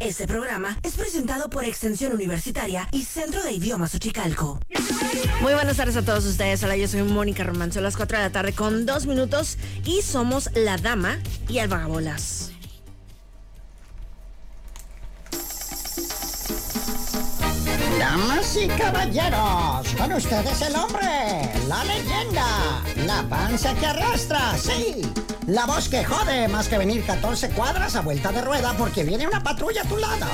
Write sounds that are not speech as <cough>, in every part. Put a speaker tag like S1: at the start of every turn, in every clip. S1: Este programa es presentado por Extensión Universitaria y Centro de Idiomas Uchicalco.
S2: Muy buenas tardes a todos ustedes. Hola, yo soy Mónica Román. Son las 4 de la tarde con 2 minutos y somos la dama y el vagabolas.
S3: Damas y caballeros, con ustedes el hombre, la leyenda, la panza que arrastra, sí. La voz que jode más que venir 14 cuadras a vuelta de rueda porque viene una patrulla a tu lado.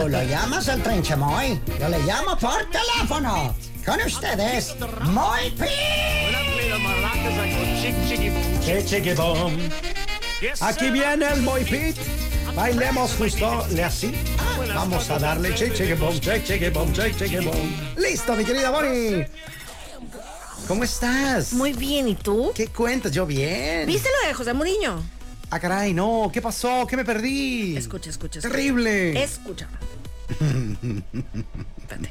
S3: Tú lo llamas el trenchemoy, yo le llamo por teléfono. Con ustedes, Moy P.
S4: Aquí viene el Boy Pit. Bailemos justo le así. Vamos a darle che, cheque, bom, che, cheque, bom, che, cheque, bom. Listo, mi querida Bonnie. ¿Cómo estás?
S2: Muy bien, ¿y tú?
S4: ¿Qué cuentas? Yo bien.
S2: ¿Viste lo de José Muriño?
S4: Ah, caray, no. ¿Qué pasó? ¿Qué me perdí?
S2: Escucha, escucha. escucha.
S4: Terrible.
S2: Escucha. Espérate.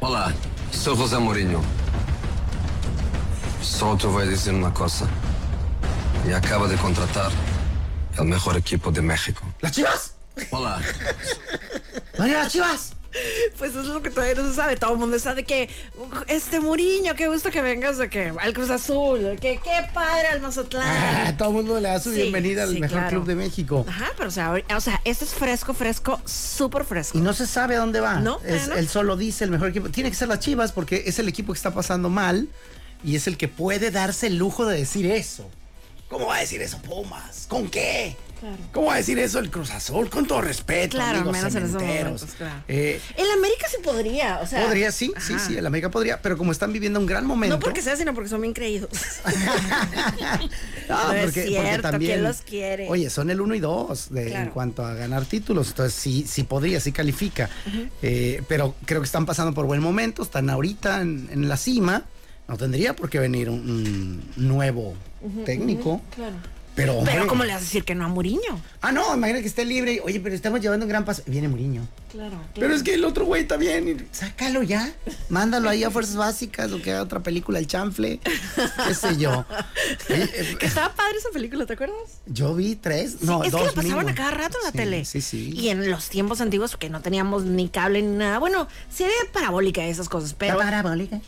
S5: Olá, sou José Mourinho. Só te vou dizer uma coisa. E acaba de contratar o melhor equipo de México.
S4: ¿Las chivas?
S5: Olá,
S4: ¿Dónde las chivas?
S2: Pues eso es lo que todavía no se sabe. Todo el mundo está de que, este Muriño, qué gusto que vengas de que al Cruz Azul, que qué padre al Mazatlán. <laughs>
S4: Ah, <laughs> todo el mundo le da su
S2: Sí,
S4: bienvenida al
S2: sí,
S4: mejor
S2: claro.
S4: club de México.
S2: Ajá, pero o sea, ahorita- o sea, este es fresco, fresco, súper fresco.
S4: Y no se sabe a dónde va.
S2: No,
S4: Es-
S2: ah, no.
S4: Él solo dice el mejor equipo. Tiene que ser las Chivas porque es el equipo que está pasando mal y es el que puede darse el lujo de decir eso. ¿Cómo va a decir eso Pumas? ¿Con qué? ¿Cómo va a decir eso el Cruz Azul? Con todo respeto,
S2: Claro,
S4: amigos
S2: menos en esos
S4: cementeros.
S2: momentos, claro.
S4: Eh,
S2: El América sí podría, o sea.
S4: podría, sí, sí,
S2: ajá.
S4: sí, el América podría, pero como están viviendo un gran momento.
S2: No porque sea, sino porque son bien creídos. <laughs>
S4: No,
S2: No es
S4: porque, porque
S2: cierto,
S4: también.
S2: ¿quién los quiere?
S4: Oye, son el 1 y 2 en
S2: Claro.
S4: cuanto a ganar títulos. Entonces, sí, sí podría, sí califica. Eh, pero creo que están pasando por buen momento, están ahorita en, en la cima. No tendría por qué venir un, un nuevo técnico. Pero,
S2: Pero
S4: hombre,
S2: ¿cómo le vas a decir que no a Muriño?
S4: Ah, no, imagina que esté libre. Oye, pero estamos llevando un gran paso. Viene Muriño.
S2: Claro.
S4: Pero es que el otro güey también. y- Sácalo ya. Mándalo ahí a Fuerzas Básicas o que haga otra película, El Chanfle. Qué sé
S2: <laughs>
S4: yo. Oye, eh,
S2: Que estaba padre esa película, ¿te acuerdas?
S4: Yo vi tres, no,
S2: es
S4: dos
S2: que la pasaban
S4: mínimo.
S2: a cada rato en la
S4: Sí,
S2: tele.
S4: Sí, sí.
S2: Y en los tiempos antiguos que no teníamos ni cable ni nada. Bueno, sí era parabólica esas cosas, pero,
S4: ¿La parabólica?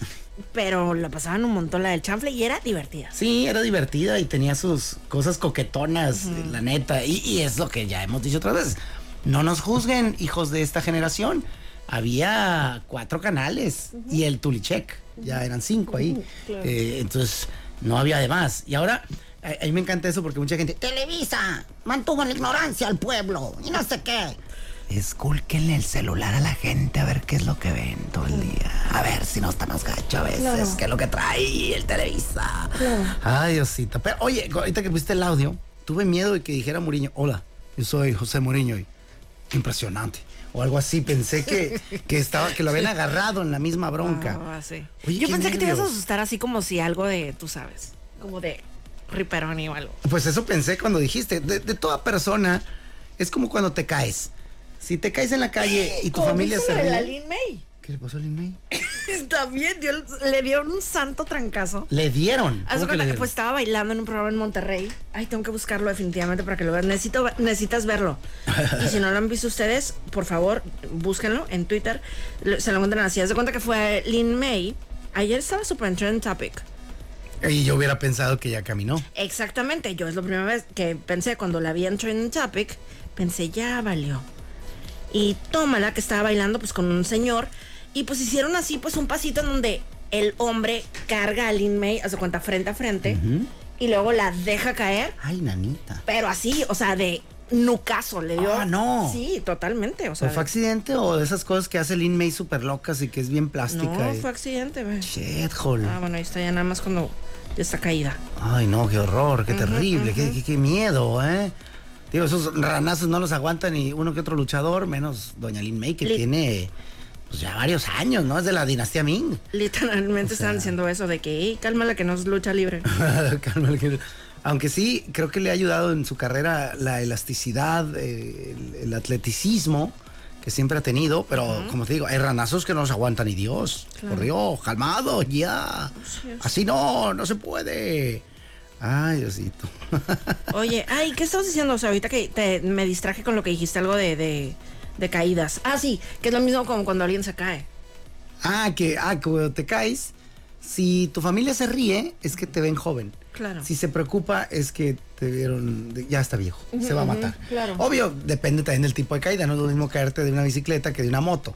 S2: pero la pasaban un montón la del chanfle y era divertida.
S4: Sí, era divertida y tenía sus cosas coquetonas, la neta. Y, y es lo que ya hemos dicho otras veces. No nos juzguen, hijos de esta generación. Había cuatro canales y el Tulichek. Ya eran cinco ahí. Eh, entonces, no había de más. Y ahora, a, a mí me encanta eso porque mucha gente. Televisa mantuvo en la ignorancia al pueblo y no sé qué. Esculquenle el celular a la gente a ver qué es lo que ven todo el día. A ver si no está más gacho a veces, qué es lo que trae el Televisa. Ay, Diosita. Pero oye, ahorita que pusiste el audio, tuve miedo de que dijera Muriño, hola, yo soy José Muriño y impresionante. O algo así,
S2: <laughs>
S4: pensé que, que estaba, que lo habían agarrado en la misma bronca.
S2: Ah, sí.
S4: Oye,
S2: Yo
S4: qué
S2: pensé que te ibas a
S4: nervios.
S2: asustar así como si algo de, tú sabes, como de riperoni o algo.
S4: Pues eso pensé cuando dijiste. De, de toda persona, es como cuando te caes. Si te caes en la calle y tu
S2: Como
S4: familia
S2: dice
S4: se
S2: lo de la
S4: ríe.
S2: Lin May.
S4: ¿Qué le pasó a Lin May?
S2: También dio- le dio un santo trancazo.
S4: Le dieron.
S2: Haz de
S4: ¿Cómo
S2: cuenta que
S4: que le dieron?
S2: pues estaba bailando en un programa en Monterrey. Ay, tengo que buscarlo definitivamente para que lo veas. Necesito, necesitas verlo. Y si no lo han visto ustedes, por favor, búsquenlo en Twitter. Lo- Se lo encuentran así. Haz de cuenta que fue Lin May. Ayer estaba super en Trend Topic. pues,
S4: Y yo hubiera pensado que ya caminó.
S2: Exactamente, yo es la primera vez que pensé cuando la vi en Trending Topic, pensé, ya valió. Y tómala que estaba bailando pues con un señor y pues hicieron así pues un pasito en donde el hombre carga a Lin May, a su cuenta frente a frente y luego la deja caer,
S4: Ay, nanita.
S2: pero así, o sea, de nucazo le dio.
S4: Ah, no.
S2: Sí, totalmente, o
S4: ¿O
S2: sea.
S4: fue accidente o de esas cosas que hace Lin May súper locas y que es bien plástica?
S2: no,
S4: y-
S2: fue accidente, güey.
S4: Shit, jol.
S2: Ah, bueno, ahí está ya nada más cuando ya está caída.
S4: Ay, no, qué horror, qué terrible, qué, qué- qué miedo, ¿eh? Digo, esos ranazos no los aguantan ni uno que otro luchador, menos Doña Lin May, que
S2: Li-
S4: tiene pues, pues ya varios años, ¿no? Es de la dinastía Ming.
S2: Literalmente están diciendo eso de que, "Ey, cálmala que no es lucha libre.
S4: <laughs> Calma, que- Aunque sí, creo que le ha ayudado en su carrera la elasticidad, eh, el, el atleticismo que siempre ha tenido, pero como te digo, hay ranazos que no se aguantan, y Dios, por Dios, calmado, ya. Así no, no se puede. Ay, Diosito. <laughs>
S2: Oye, ay, ¿qué estabas diciendo? O sea, ahorita que te- me distraje con lo que dijiste, algo de, de, de caídas. Ah, sí, que es lo mismo como cuando alguien se cae.
S4: Ah, que, ah, que cuando te caes, si tu familia se ríe, es que te ven joven.
S2: Claro.
S4: Si se preocupa, es que te vieron, de- ya está viejo, se va a matar.
S2: claro.
S4: Obvio, depende también del tipo de caída, no es lo mismo caerte de una bicicleta que de una moto,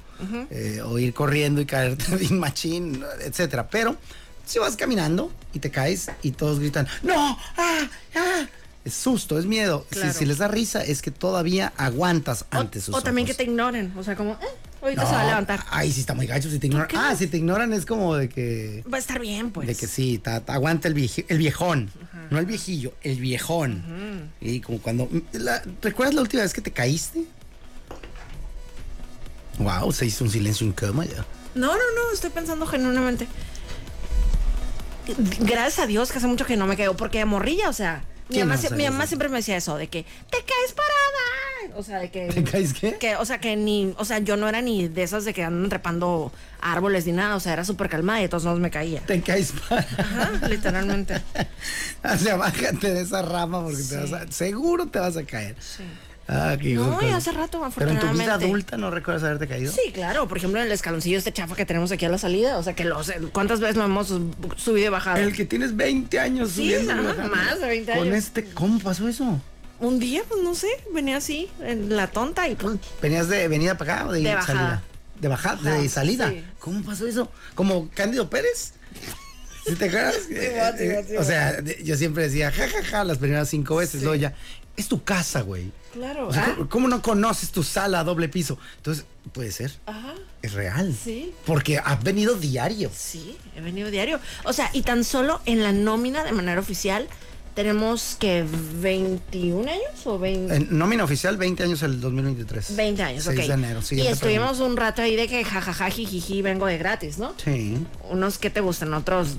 S4: Eh, o ir corriendo y caerte <laughs> de un machín, etcétera. Pero si vas caminando y te caes y todos gritan, ¡No! ¡Ah! ¡Ah! Es susto, es miedo. Si-
S2: Claro.
S4: Si, les da risa, es que todavía aguantas
S2: O,
S4: ante sus
S2: o también que
S4: ojos.
S2: te ignoren. O sea, como, eh, ahorita
S4: No,
S2: se va a levantar.
S4: Ay, sí está muy gacho si te ignoran.
S2: qué
S4: Ah,
S2: no?
S4: si te ignoran es como de que.
S2: Va a estar bien, pues.
S4: De que sí, ta- ta- aguanta el, vieji- el viejón. No el viejillo, el viejón. Y como cuando. la- ¿Recuerdas la última vez que te caíste? Wow, se hizo un silencio incómodo.
S2: <laughs> No, no, no, estoy pensando genuinamente. Gracias a Dios que hace mucho que no me caigo, porque de morrilla, o sea, mi
S4: Sí,
S2: mamá,
S4: no,
S2: sie-
S4: o sea,
S2: mi
S4: ya
S2: mamá
S4: sé.
S2: siempre me decía eso, de que te caes parada. O sea, de que.
S4: <laughs> ¿Te caes qué?
S2: que, o sea, que ni. O sea, yo no era ni de esas de que andan trepando árboles ni nada, o sea, era súper calmada y de todos modos me caía.
S4: Te caes para. <laughs>
S2: Ajá, literalmente.
S4: O sea, bájate de esa rama porque te vas a- seguro te vas a caer. Ah, qué
S2: No,
S4: hijo de-
S2: y hace rato,
S4: Pero en tu vida
S2: afortunadamente.
S4: adulta no recuerdas haberte caído.
S2: Sí, claro, por ejemplo, en el escaloncillo este chafa que tenemos aquí a la salida, o sea, que los, ¿cuántas veces lo hemos subido y bajado?
S4: El que tienes 20 años
S2: Sí,
S4: subiendo y
S2: ajá,
S4: bajando.
S2: más de 20
S4: Con
S2: años.
S4: este, ¿cómo pasó eso?
S2: Un día, pues no sé, venía así, en la tonta y pues,
S4: ¿Venías de venida para acá o de,
S2: De
S4: salida?
S2: bajada.
S4: De bajada,
S2: Ajá,
S4: de salida.
S2: sí.
S4: ¿Cómo pasó eso? ¿Como Cándido Pérez? ¿Sí te
S2: <laughs>
S4: acuerdas? Eh, eh, o sea, de- yo siempre decía, jajaja, las primeras cinco veces, luego ya, es tu casa, güey.
S2: Claro.
S4: O sea,
S2: Ah.
S4: ¿cómo- ¿Cómo no conoces tu sala a doble piso? Entonces, puede ser.
S2: Ajá.
S4: Es real.
S2: Sí.
S4: Porque has venido diario.
S2: Sí, he venido diario. O sea, y tan solo en la nómina de manera oficial tenemos que 21 años o 20,
S4: En nómina oficial, 20 años el 2023.
S2: 20 años,
S4: 6
S2: ok.
S4: de enero,
S2: y
S4: siguiente
S2: estuvimos un rato ahí de que jajaja, jijiji, vengo de gratis, ¿no?
S4: pregunta. Sí,
S2: Unos que te gustan, otros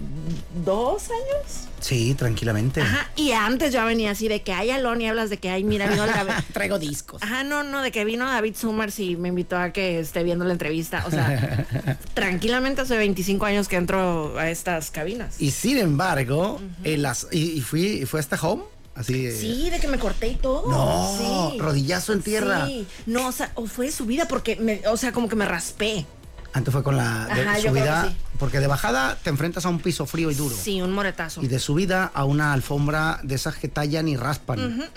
S2: dos años.
S4: sí, tranquilamente.
S2: Ajá, y antes yo venía así de que hay Alon y hablas de que hay, mira, vino la
S4: <laughs> Traigo discos.
S2: Ajá, no, no, de que vino David Summers y me invitó a que esté viendo la entrevista. O
S4: <laughs>
S2: sea, tranquilamente hace 25 años que entro a estas cabinas.
S4: Y eh, sin embargo, el as- y, y fui, y fue hasta home, así. eh,
S2: Sí, de que me corté y todo.
S4: No,
S2: Sí.
S4: rodillazo en tierra.
S2: Sí. No, o sea, o fue de subida porque, me, o sea, como que me raspé.
S4: Antes fue con la de
S2: Ajá, yo
S4: subida,
S2: creo que sí.
S4: porque de bajada te enfrentas a un piso frío y duro.
S2: Sí, un moretazo.
S4: Y de subida a una alfombra de esas que tallan y raspan.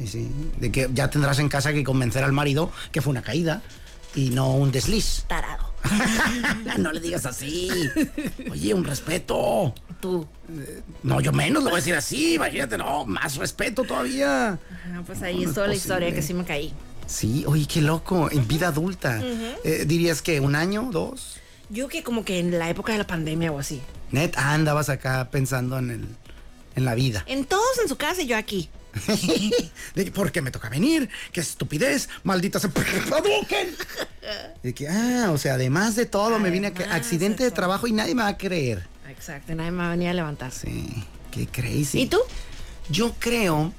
S4: Sí, sí. De que ya tendrás en casa que convencer al marido que fue una caída y no un desliz. <laughs>
S2: Tarado.
S4: Ah. no le digas así. Oye, un respeto.
S2: Tú.
S4: No, yo menos le voy a decir así. Imagínate, no, más respeto todavía.
S2: Ajá, pues ahí
S4: No, no
S2: es
S4: es
S2: toda la
S4: posible.
S2: historia que sí me caí.
S4: Sí, oye, qué loco, en vida adulta. Eh, ¿Dirías que un año, dos?
S2: Yo que como que en la época de la pandemia o así.
S4: Net, ah, andabas acá pensando en el en
S2: <laughs>
S4: la vida.
S2: En todos en su casa y yo aquí.
S4: De que, ¿Por qué me toca venir? ¡Qué estupidez! ¡Maldita se provoquen! De que, ah, o sea, además de todo, me vine a que
S2: Además
S4: accidente
S2: de
S4: de trabajo y nadie me va a creer.
S2: Exacto, nadie me venía a levantarse.
S4: Sí, qué crazy.
S2: ¿Y tú?
S4: Yo creo,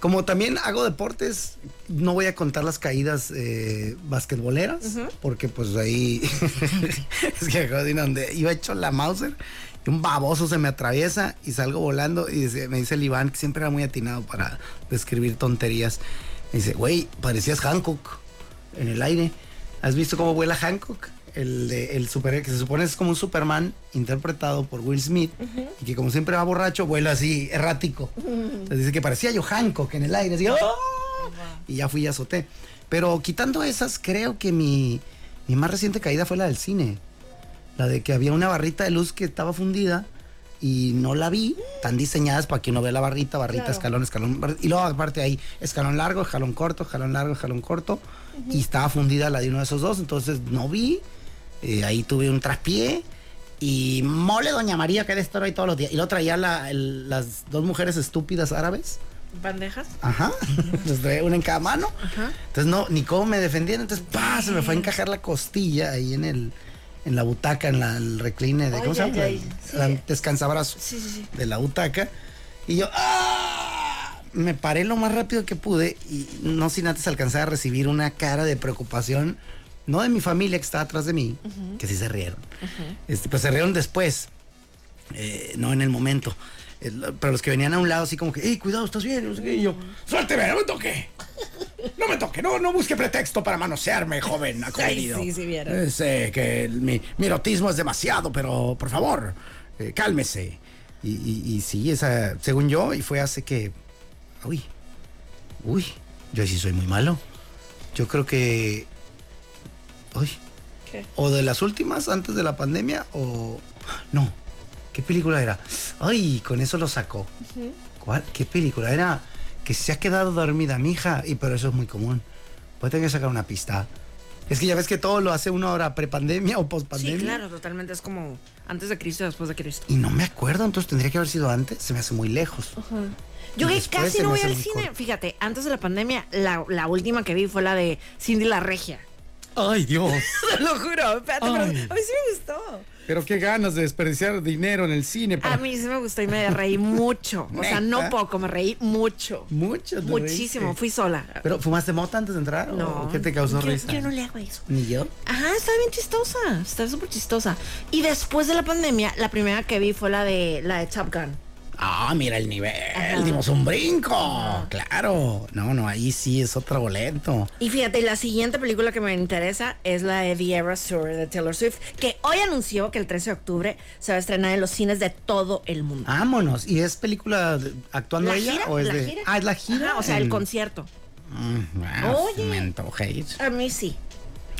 S4: como también hago deportes, no voy a contar las caídas eh, basquetboleras, porque pues ahí <laughs> es que me acuerdo de una donde iba hecho la Mauser y un baboso se me atraviesa y salgo volando y dice- me dice el Iván, que siempre era muy atinado para describir tonterías, me dice, güey, parecías Hancock en el aire. ¿Has visto cómo vuela Hancock? El, de- el super, que se supone es como un Superman interpretado por Will Smith y que como siempre va borracho, vuela así errático. Entonces dice que parecía yo Hancock en el aire. así, ¡ah! Y ya fui y azoté. Pero quitando esas, creo que mi, mi más reciente caída fue la del cine. La de que había una barrita de luz que estaba fundida y no la vi. Están diseñadas para que uno vea la barrita, barrita, escalón, escalón. barri- Y luego aparte ahí, escalón largo, escalón corto, escalón largo, escalón corto. Y estaba fundida la de uno de esos dos, entonces no vi. Eh, ahí tuve un traspié. Y mole Doña María que de esto todos los días. Y lo traía la- el- las dos mujeres estúpidas árabes
S2: ¿Bandejas?
S4: <laughs> Ajá. Entonces traía una en cada mano.
S2: Ajá.
S4: Entonces no, ni cómo me defendían. Entonces, pa, se me fue a encajar la costilla ahí en el, en la butaca, en la, el recline de, ¿cómo
S2: Ay,
S4: se
S2: ay,
S4: llama?
S2: ay.
S4: El- el descansabrazo
S2: Sí, sí, sí.
S4: de la butaca. Y yo, ¡ah! Me paré lo más rápido que pude y no sin antes alcanzar a recibir una cara de preocupación, no de mi familia que estaba atrás de mí, que sí se rieron. Este, pues se rieron después, eh, no en el momento. Eh, lo- Pero los que venían a un lado así como que, ¡Ey, cuidado, estás bien! no sé qué, Y yo, ¡suélteme, no me toque! No me toque, no, no busque pretexto para manosearme, joven acomedido.
S2: <laughs> sí, sí, vieron.
S4: Eh, Sé que el- mi, mi erotismo es demasiado, pero por favor, eh, cálmese. Y, y- y sí, esa, según yo, y fue hace que. Uy, uy, yo sí soy muy malo. Yo creo que. Uy.
S2: ¿Qué?
S4: O de las últimas, antes de la pandemia, o. No, ¿qué película era? Ay, con eso lo sacó. ¿Cuál? ¿Qué película? Era que se ha quedado dormida, mija. Y pero eso es muy común. Voy a tener que sacar una pista. Es que ya ves que todo lo hace uno ahora prepandemia o pospandemia.
S2: Sí, claro, totalmente. Es como antes de Cristo y después de Cristo.
S4: Y no me acuerdo, entonces tendría que haber sido antes. Se me hace muy lejos.
S2: Yo
S4: Y
S2: que
S4: después
S2: casi
S4: se
S2: no voy
S4: me hace
S2: al
S4: muy
S2: cine.
S4: corto.
S2: Fíjate, antes de la pandemia, la, la última que vi fue la de Cindy la Regia. <laughs>
S4: Ay, Dios.
S2: Te lo juro, espérate, pero a mí
S4: Ay.
S2: sí me gustó.
S4: Pero qué ganas de desperdiciar dinero en el cine.
S2: A mí sí me gustó y me reí mucho. O sea, no
S4: ¿Neta?
S2: poco, me reí mucho.
S4: Mucho. te
S2: Muchísimo,
S4: reíste.
S2: fui sola.
S4: ¿Pero fumaste mota antes de entrar?
S2: No.
S4: ¿O qué te causó
S2: yo,
S4: risa?
S2: Yo no le hago eso.
S4: ¿Ni yo?
S2: Ajá, está bien chistosa. Está súper chistosa. Y después de la pandemia, la primera que vi fue la de la de Top Gun.
S4: Ah, mira el nivel. Dimos un brinco. Claro. No, no, ahí sí es otro boleto.
S2: Y fíjate, la siguiente película que me interesa es la de The Eras Tour de Taylor Swift, que hoy anunció que el 13 de octubre se va a estrenar en los cines de todo el mundo.
S4: Vámonos. ¿Y es película de- actuando
S2: ¿La
S4: Ah, ella
S2: gira?
S4: o es
S2: ¿La
S4: de
S2: gira?
S4: Ah, es la gira.
S2: Ajá, o sea, el
S4: en-
S2: concierto.
S4: Mm, ah,
S2: Oye.
S4: Me antoja ir.
S2: A mí sí.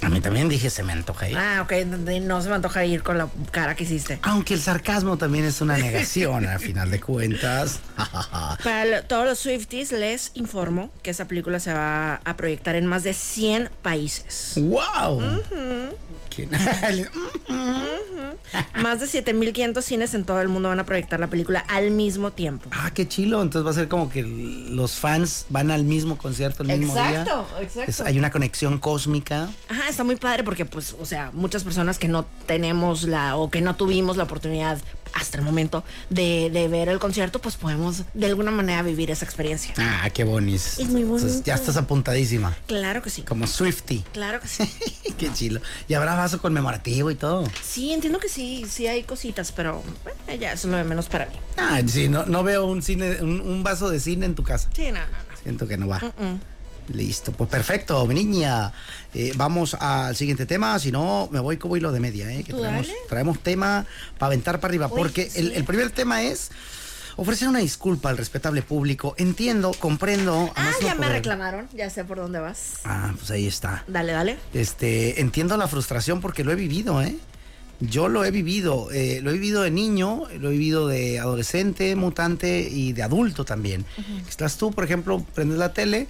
S4: A mí también dije se me antoja ir.
S2: Ah, ok, entendí. no se me antoja ir con la cara que hiciste.
S4: Aunque el sarcasmo también es una negación, al final de cuentas. <laughs>
S2: Para lo- todos los Swifties les informo que esa película se va a proyectar en más de 100 países.
S4: ¡Wow! ¿Quién?
S2: Más de 7.500 cines en todo el mundo van a proyectar la película al mismo tiempo.
S4: ah, qué chilo. Entonces va a ser como que los fans van al mismo concierto el mismo día.
S2: Exacto, exacto.
S4: Mm, Es- hay una conexión cósmica.
S2: Ajá, está muy padre porque, pues, o sea, muchas personas que no tenemos la o que no tuvimos la oportunidad hasta el momento de, de ver el concierto, pues podemos de alguna manera vivir esa experiencia.
S4: Ah, qué bonis.
S2: Es muy
S4: Entonces,
S2: bonito.
S4: ya estás apuntadísima.
S2: Claro que sí.
S4: Como Swifty. <laughs>
S2: Claro que sí.
S4: qué chilo. Y habrá vaso conmemorativo y todo.
S2: Sí, entiendo que sí, sí hay cositas, pero bueno, ya eso es lo de menos para mí.
S4: Ah, sí, no, no veo un cine, un, un vaso de cine en tu casa.
S2: Sí, no, no, no.
S4: Siento que no va.
S2: Ah. Mm,
S4: Listo, pues perfecto, mi niña. Eh, vamos al siguiente tema, si no, me voy como hilo de media, ¿eh? Que
S2: Tú
S4: traemos,
S2: dale.
S4: traemos tema para aventar para arriba, porque el, el primer tema es ofrecer una disculpa al respetable público. Entiendo, comprendo. a
S2: Ah,
S4: más no
S2: ya me
S4: poder.
S2: reclamaron, ya sé por dónde vas.
S4: Ah, pues ahí está.
S2: Dale, dale.
S4: Este, entiendo la frustración porque lo he vivido, ¿eh? Yo lo he vivido, eh, lo he vivido de niño, lo he vivido de adolescente, mutante y de adulto también. Estás tú, por ejemplo, prendes la tele,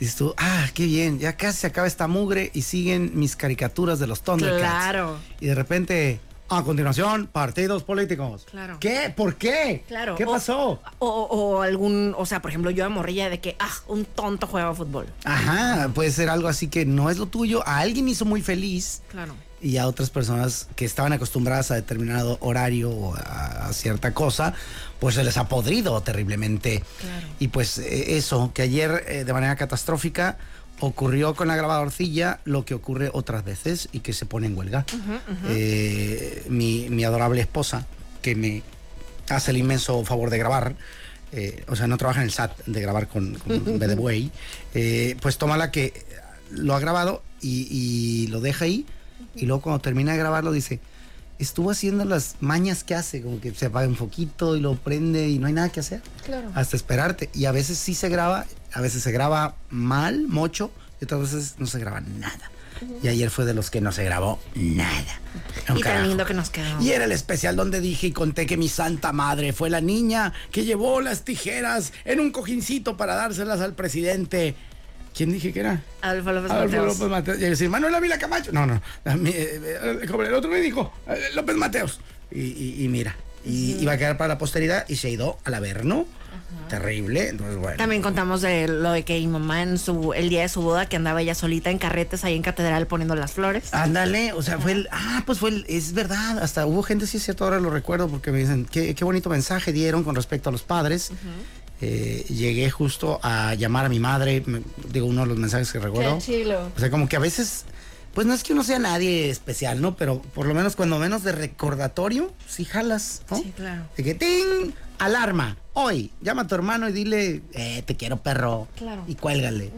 S4: y dices tú, ah, qué bien, ya casi se acaba esta mugre y siguen mis caricaturas de los Thundercats.
S2: Claro.
S4: Y de repente, a continuación, partidos políticos.
S2: Claro.
S4: ¿Qué? ¿Por qué?
S2: Claro.
S4: ¿Qué
S2: o-
S4: pasó?
S2: O, o algún, o sea, por ejemplo, yo a morrilla de que, ah, un tonto juega fútbol.
S4: Ajá, puede ser algo así que no es lo tuyo. A alguien hizo muy feliz.
S2: Claro.
S4: y a otras personas que estaban acostumbradas a determinado horario o a, a cierta cosa, pues se les ha podrido terriblemente.
S2: Claro.
S4: Y pues eh, eso, que ayer eh, de manera catastrófica ocurrió con la grabadorcilla lo que ocurre otras veces y que se pone en huelga. Eh, mi, mi adorable esposa, que me hace el inmenso favor de grabar, eh, o sea, no trabaja en el SAT de grabar con, con Bedebuey, eh, pues toma la que lo ha grabado y, y lo deja ahí. Y luego cuando termina de grabarlo dice, estuvo haciendo las mañas que hace, como que se apaga un foquito y lo prende y no hay nada que hacer.
S2: Claro.
S4: Hasta esperarte. Y a veces sí se graba, a veces se graba mal, mocho, y otras veces no se graba nada. Y ayer fue de los que no se grabó nada. Un
S2: y
S4: carajo.
S2: tan lindo que nos quedó.
S4: Y era el especial donde dije y conté que mi santa madre fue la niña que llevó las tijeras en un cojincito para dárselas al presidente. ¿Quién dije que era?
S2: Adolfo López
S4: Adolfo
S2: Mateos.
S4: López Mateos. Y decir, Manuel Ávila Camacho. No, no. a mí, eh, eh, como el otro me dijo, eh, López Mateos. Y, y- y mira, y, y va a quedar para la posteridad y se ha ido al averno. Terrible. Entonces, bueno.
S2: También contamos de lo de que mi mamá en su el día de su boda que andaba ella solita en carretes ahí en catedral poniendo las flores.
S4: Ah. Ándale, o sea, fue el. Ah, pues fue el. Es verdad, hasta hubo gente, sí es cierto, ahora lo recuerdo porque me dicen, qué, qué bonito mensaje dieron con respecto a los padres. Eh, llegué justo a llamar a mi madre, me- digo, uno de los mensajes que recuerdo.
S6: Qué chilo.
S4: O sea, como que a veces. Pues no es que uno sea nadie especial, ¿no? Pero por lo menos cuando menos de recordatorio, sí jalas, ¿no?
S2: Sí, claro.
S4: De que ¡ting! Alarma. Hoy, llama a tu hermano y dile, eh, te quiero, perro.
S2: Claro.
S4: Y cuélgale.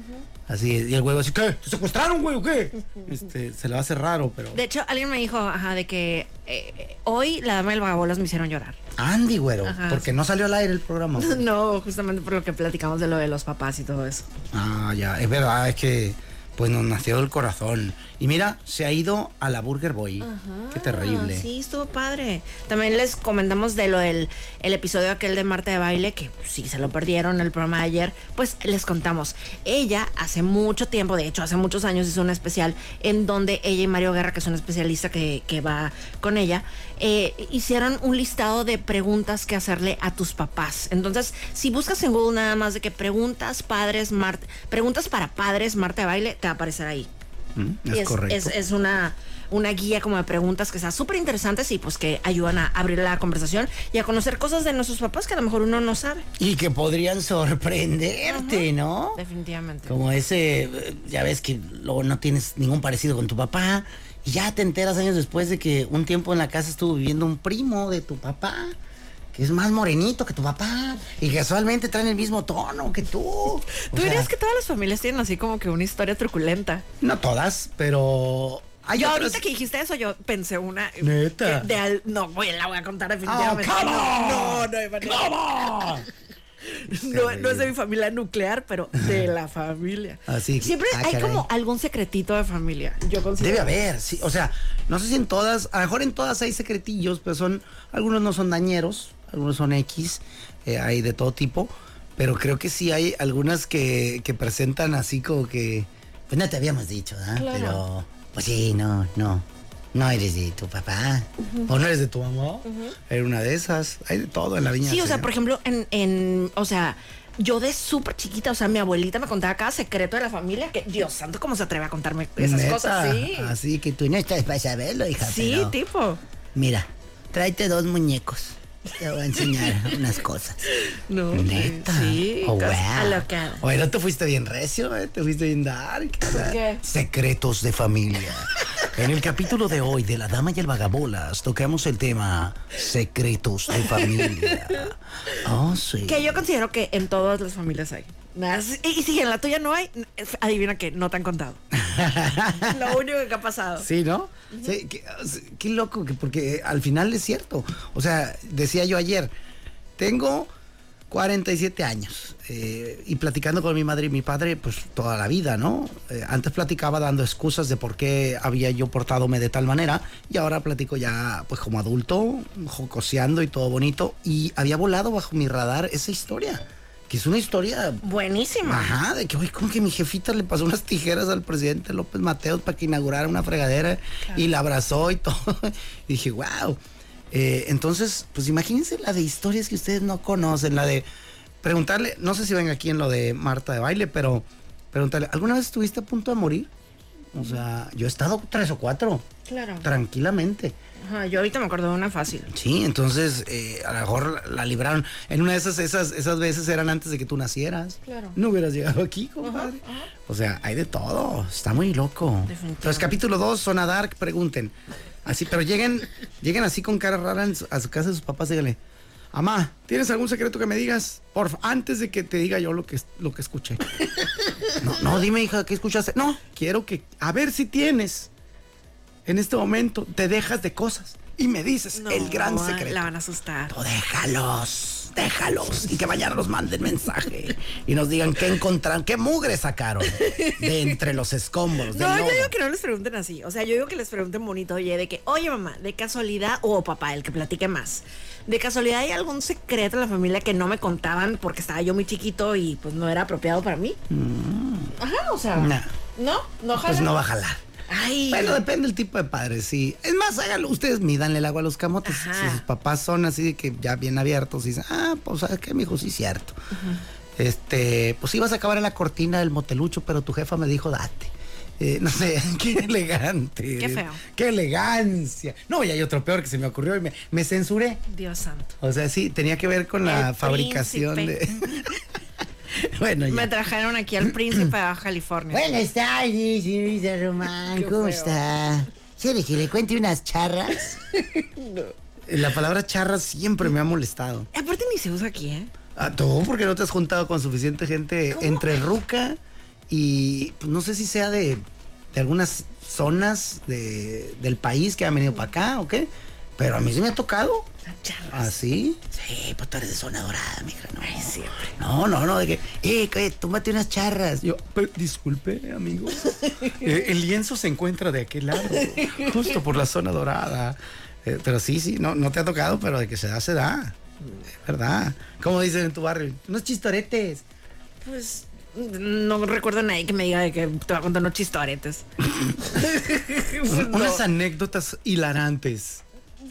S4: Así es. Y el güey va así, ¿qué? ¿Te secuestraron, güey, o qué? Este, se le va a hacer raro, pero.
S2: De hecho, alguien me dijo, ajá, de que eh, eh, hoy la dama del vagabolas me hicieron llorar.
S4: Andy, güero.
S2: Ajá.
S4: Porque no salió al aire el programa.
S2: <laughs>
S4: güey.
S2: No, justamente por lo que platicamos de lo de los papás y todo eso.
S4: Ah, ya. Es verdad, es que. Pues nos nació el corazón. Y mira, se ha ido a la Burger Boy. Qué terrible.
S2: Ah, sí, estuvo padre. También les comentamos de lo del el episodio aquel de Marta de Baile, que pues, si se lo perdieron el programa de ayer, pues les contamos. Ella hace mucho tiempo, de hecho hace muchos años, hizo un especial en donde ella y Mario Guerra, que es un especialista que, que va con ella, eh, hicieron un listado de preguntas que hacerle a tus papás. Entonces, si buscas en Google nada más de que preguntas padres, Marta, preguntas para padres, Marta de Baile, te va a aparecer ahí.
S4: Mm, Es,
S2: Y
S4: correcto.
S2: Es, es una, una guía como de preguntas que están súper interesantes y pues que ayudan a abrir la conversación y a conocer cosas de nuestros papás que a lo mejor uno no sabe.
S4: Y que podrían sorprenderte, ¿no?
S2: Definitivamente.
S4: Como ese, eh, ya ves que luego no tienes ningún parecido con tu papá. Y ya te enteras años después de que un tiempo en la casa estuvo viviendo un primo de tu papá, que es más morenito que tu papá, y casualmente traen el mismo tono
S2: <laughs>
S4: que tú. O
S2: ¿Tú
S4: sea,
S2: dirías que todas las familias tienen así como que una historia truculenta?
S4: No todas, pero. Hay
S2: Yo
S4: otras-
S2: ahorita que dijiste eso, yo pensé una...
S4: Neta.
S2: que De al- no, güey, la voy a contar
S4: Ah,
S2: definitivamente.
S4: ¿cómo?
S2: No, no, no, hay manera.
S4: ¿Cómo?
S2: No, no es de mi familia nuclear, pero de
S4: <laughs>
S2: la familia.
S4: Así que-
S2: Siempre
S4: ah,
S2: hay
S4: caray.
S2: como algún secretito de familia. Yo considero.
S4: Debe haber, sí. O sea, no sé si en todas, a lo mejor en todas hay secretillos, pero son, algunos no son dañeros, algunos son X, eh, hay de todo tipo, pero creo que sí hay algunas que, que presentan así como que, pues no te habíamos dicho, ¿ah? Pero, pues sí, no, no. No eres de tu papá. O no eres de tu mamá. Era una de esas. Hay de todo en la viña. ¿eh?
S2: Sí,
S4: del
S2: o sea,
S4: Señor.
S2: por ejemplo, en, en- o sea, yo de súper chiquita, o sea, mi abuelita me contaba cada secreto de la familia, que Dios santo, ¿cómo se atreve a contarme esas
S4: Neta,
S2: cosas? Sí,
S4: Así que tú no estás para saberlo, hija.
S2: sí,
S4: pero-
S2: tipo.
S4: Mira, tráete dos muñecos. Te voy a enseñar <laughs> unas cosas.
S2: No,
S4: Neta.
S2: sí,
S4: Oh,
S2: cosas
S4: wow.
S2: alocadas.
S4: Oye, no te fuiste bien recio, eh? te fuiste bien dark.
S6: qué?
S4: Secretos de <laughs> familia. En el capítulo de hoy de La Dama y el Vagabolas tocamos el tema secretos de familia. Oh, sí.
S2: Que yo considero que en todas las familias hay. Nada, sí, Y, y si en la tuya no hay, adivina que no te han
S4: <laughs>
S2: contado. Lo único que ha pasado.
S4: Sí, ¿no? Sí, qué, qué loco, que porque eh, al final es cierto. O sea, decía yo ayer, tengo 47 años eh, y platicando con mi madre y mi padre, pues toda la vida, ¿no? Eh, antes platicaba dando excusas de por qué había yo portadome de tal manera y ahora platico ya, pues como adulto, jocoseando y todo bonito. Y había volado bajo mi radar esa historia, que es una historia
S2: Buenísimo.
S4: Ajá, de que, oye, como que mi jefita le pasó unas tijeras al presidente López Mateos para que inaugurara una fregadera y la abrazó y <laughs> todo. Y dije, wow. entonces, pues imagínense la de historias que ustedes no conocen, la de preguntarle, no sé si ven aquí en lo de Marta de baile, pero preguntarle, ¿alguna vez estuviste a punto de morir? O sea, yo he estado tres o cuatro.
S2: Claro.
S4: Tranquilamente.
S2: Ajá, yo ahorita me acuerdo de una fácil.
S4: Sí, entonces eh, a lo mejor la libraron. En una de esas, esas, esas veces eran antes de que tú nacieras.
S2: Claro.
S4: No hubieras llegado aquí, compadre. O sea, hay de todo. Está muy loco.
S2: Definitivamente.
S4: Entonces, capítulo 2, Zona Dark, pregunten. Así, pero lleguen, lleguen así con cara rara en su- a su casa de sus papás, díganle. Amá, ¿tienes algún secreto que me digas? Por antes de que te diga yo lo que, lo que escuché. No, no, dime, hija, ¿qué escuchaste? No, quiero que. A ver si tienes. En este momento te dejas de cosas y me dices el gran
S2: No,
S4: secreto.
S2: La van a asustar.
S4: Tú déjalos, déjalos. Y que mañana nos manden mensaje y nos digan qué encontraron, qué mugre sacaron de entre los escombros. del
S2: No, yo
S4: lodo.
S2: digo que no les pregunten así. O sea, yo digo que les pregunten bonito, oye, de que, oye, mamá, de casualidad, o oh, papá, el que platique más. De casualidad, ¿hay algún secreto en la familia que no me contaban porque estaba yo muy chiquito y pues no era apropiado para mí? Ajá, o sea.
S4: Mm. Nah.
S2: No, no,
S4: Pues
S2: jalan?
S4: no va a jalar.
S2: Ay.
S4: Bueno, depende del tipo de padre, sí. Es más, háganlo. Ustedes mídanle el agua a los camotes.
S2: Ajá.
S4: Si sus papás son así de que ya bien abiertos y dicen, ah, pues sabes qué, mijo, sí, cierto. Este, pues ibas a acabar en la cortina del motelucho, pero tu jefa me dijo, date. Eh, no sé, <laughs> qué elegante.
S2: Qué feo.
S4: Qué elegancia. No, y hay otro peor que se me ocurrió y me, me censuré.
S2: Dios santo.
S4: O sea, sí, tenía que ver con la
S2: El
S4: fabricación de. <laughs> bueno, ya.
S2: Me trajeron aquí al príncipe de Baja California.
S3: Buenas tardes, señorita Román. ¿Cómo está? ¿Quiere que le cuente unas charras?
S4: La palabra charra siempre me ha molestado.
S2: Aparte ni se usa aquí, ¿eh?
S4: ¿A tú? Porque no te has juntado con suficiente gente entre ruca y pues, no sé si sea de, de algunas zonas de- del país que han venido para acá o qué. Pero a mí sí me ha tocado.
S2: Ah, Charras.
S4: ¿Así? ¿Ah, Sí, pues tú eres de zona dorada, mija. No, No, no, no, de que, eh, que, tómate unas charras. Yo, "Pe- disculpe, amigo. <laughs> Eh, el lienzo se encuentra de aquel lado, justo por la zona dorada. Eh, pero sí, sí, no, no te ha tocado, pero de que se da, se da. Es verdad. Como dicen en tu barrio, unos <laughs> chistoretes.
S2: Pues no recuerdo a nadie que me diga de que te va a contar unos chistoretes.
S4: Un- Unas anécdotas hilarantes.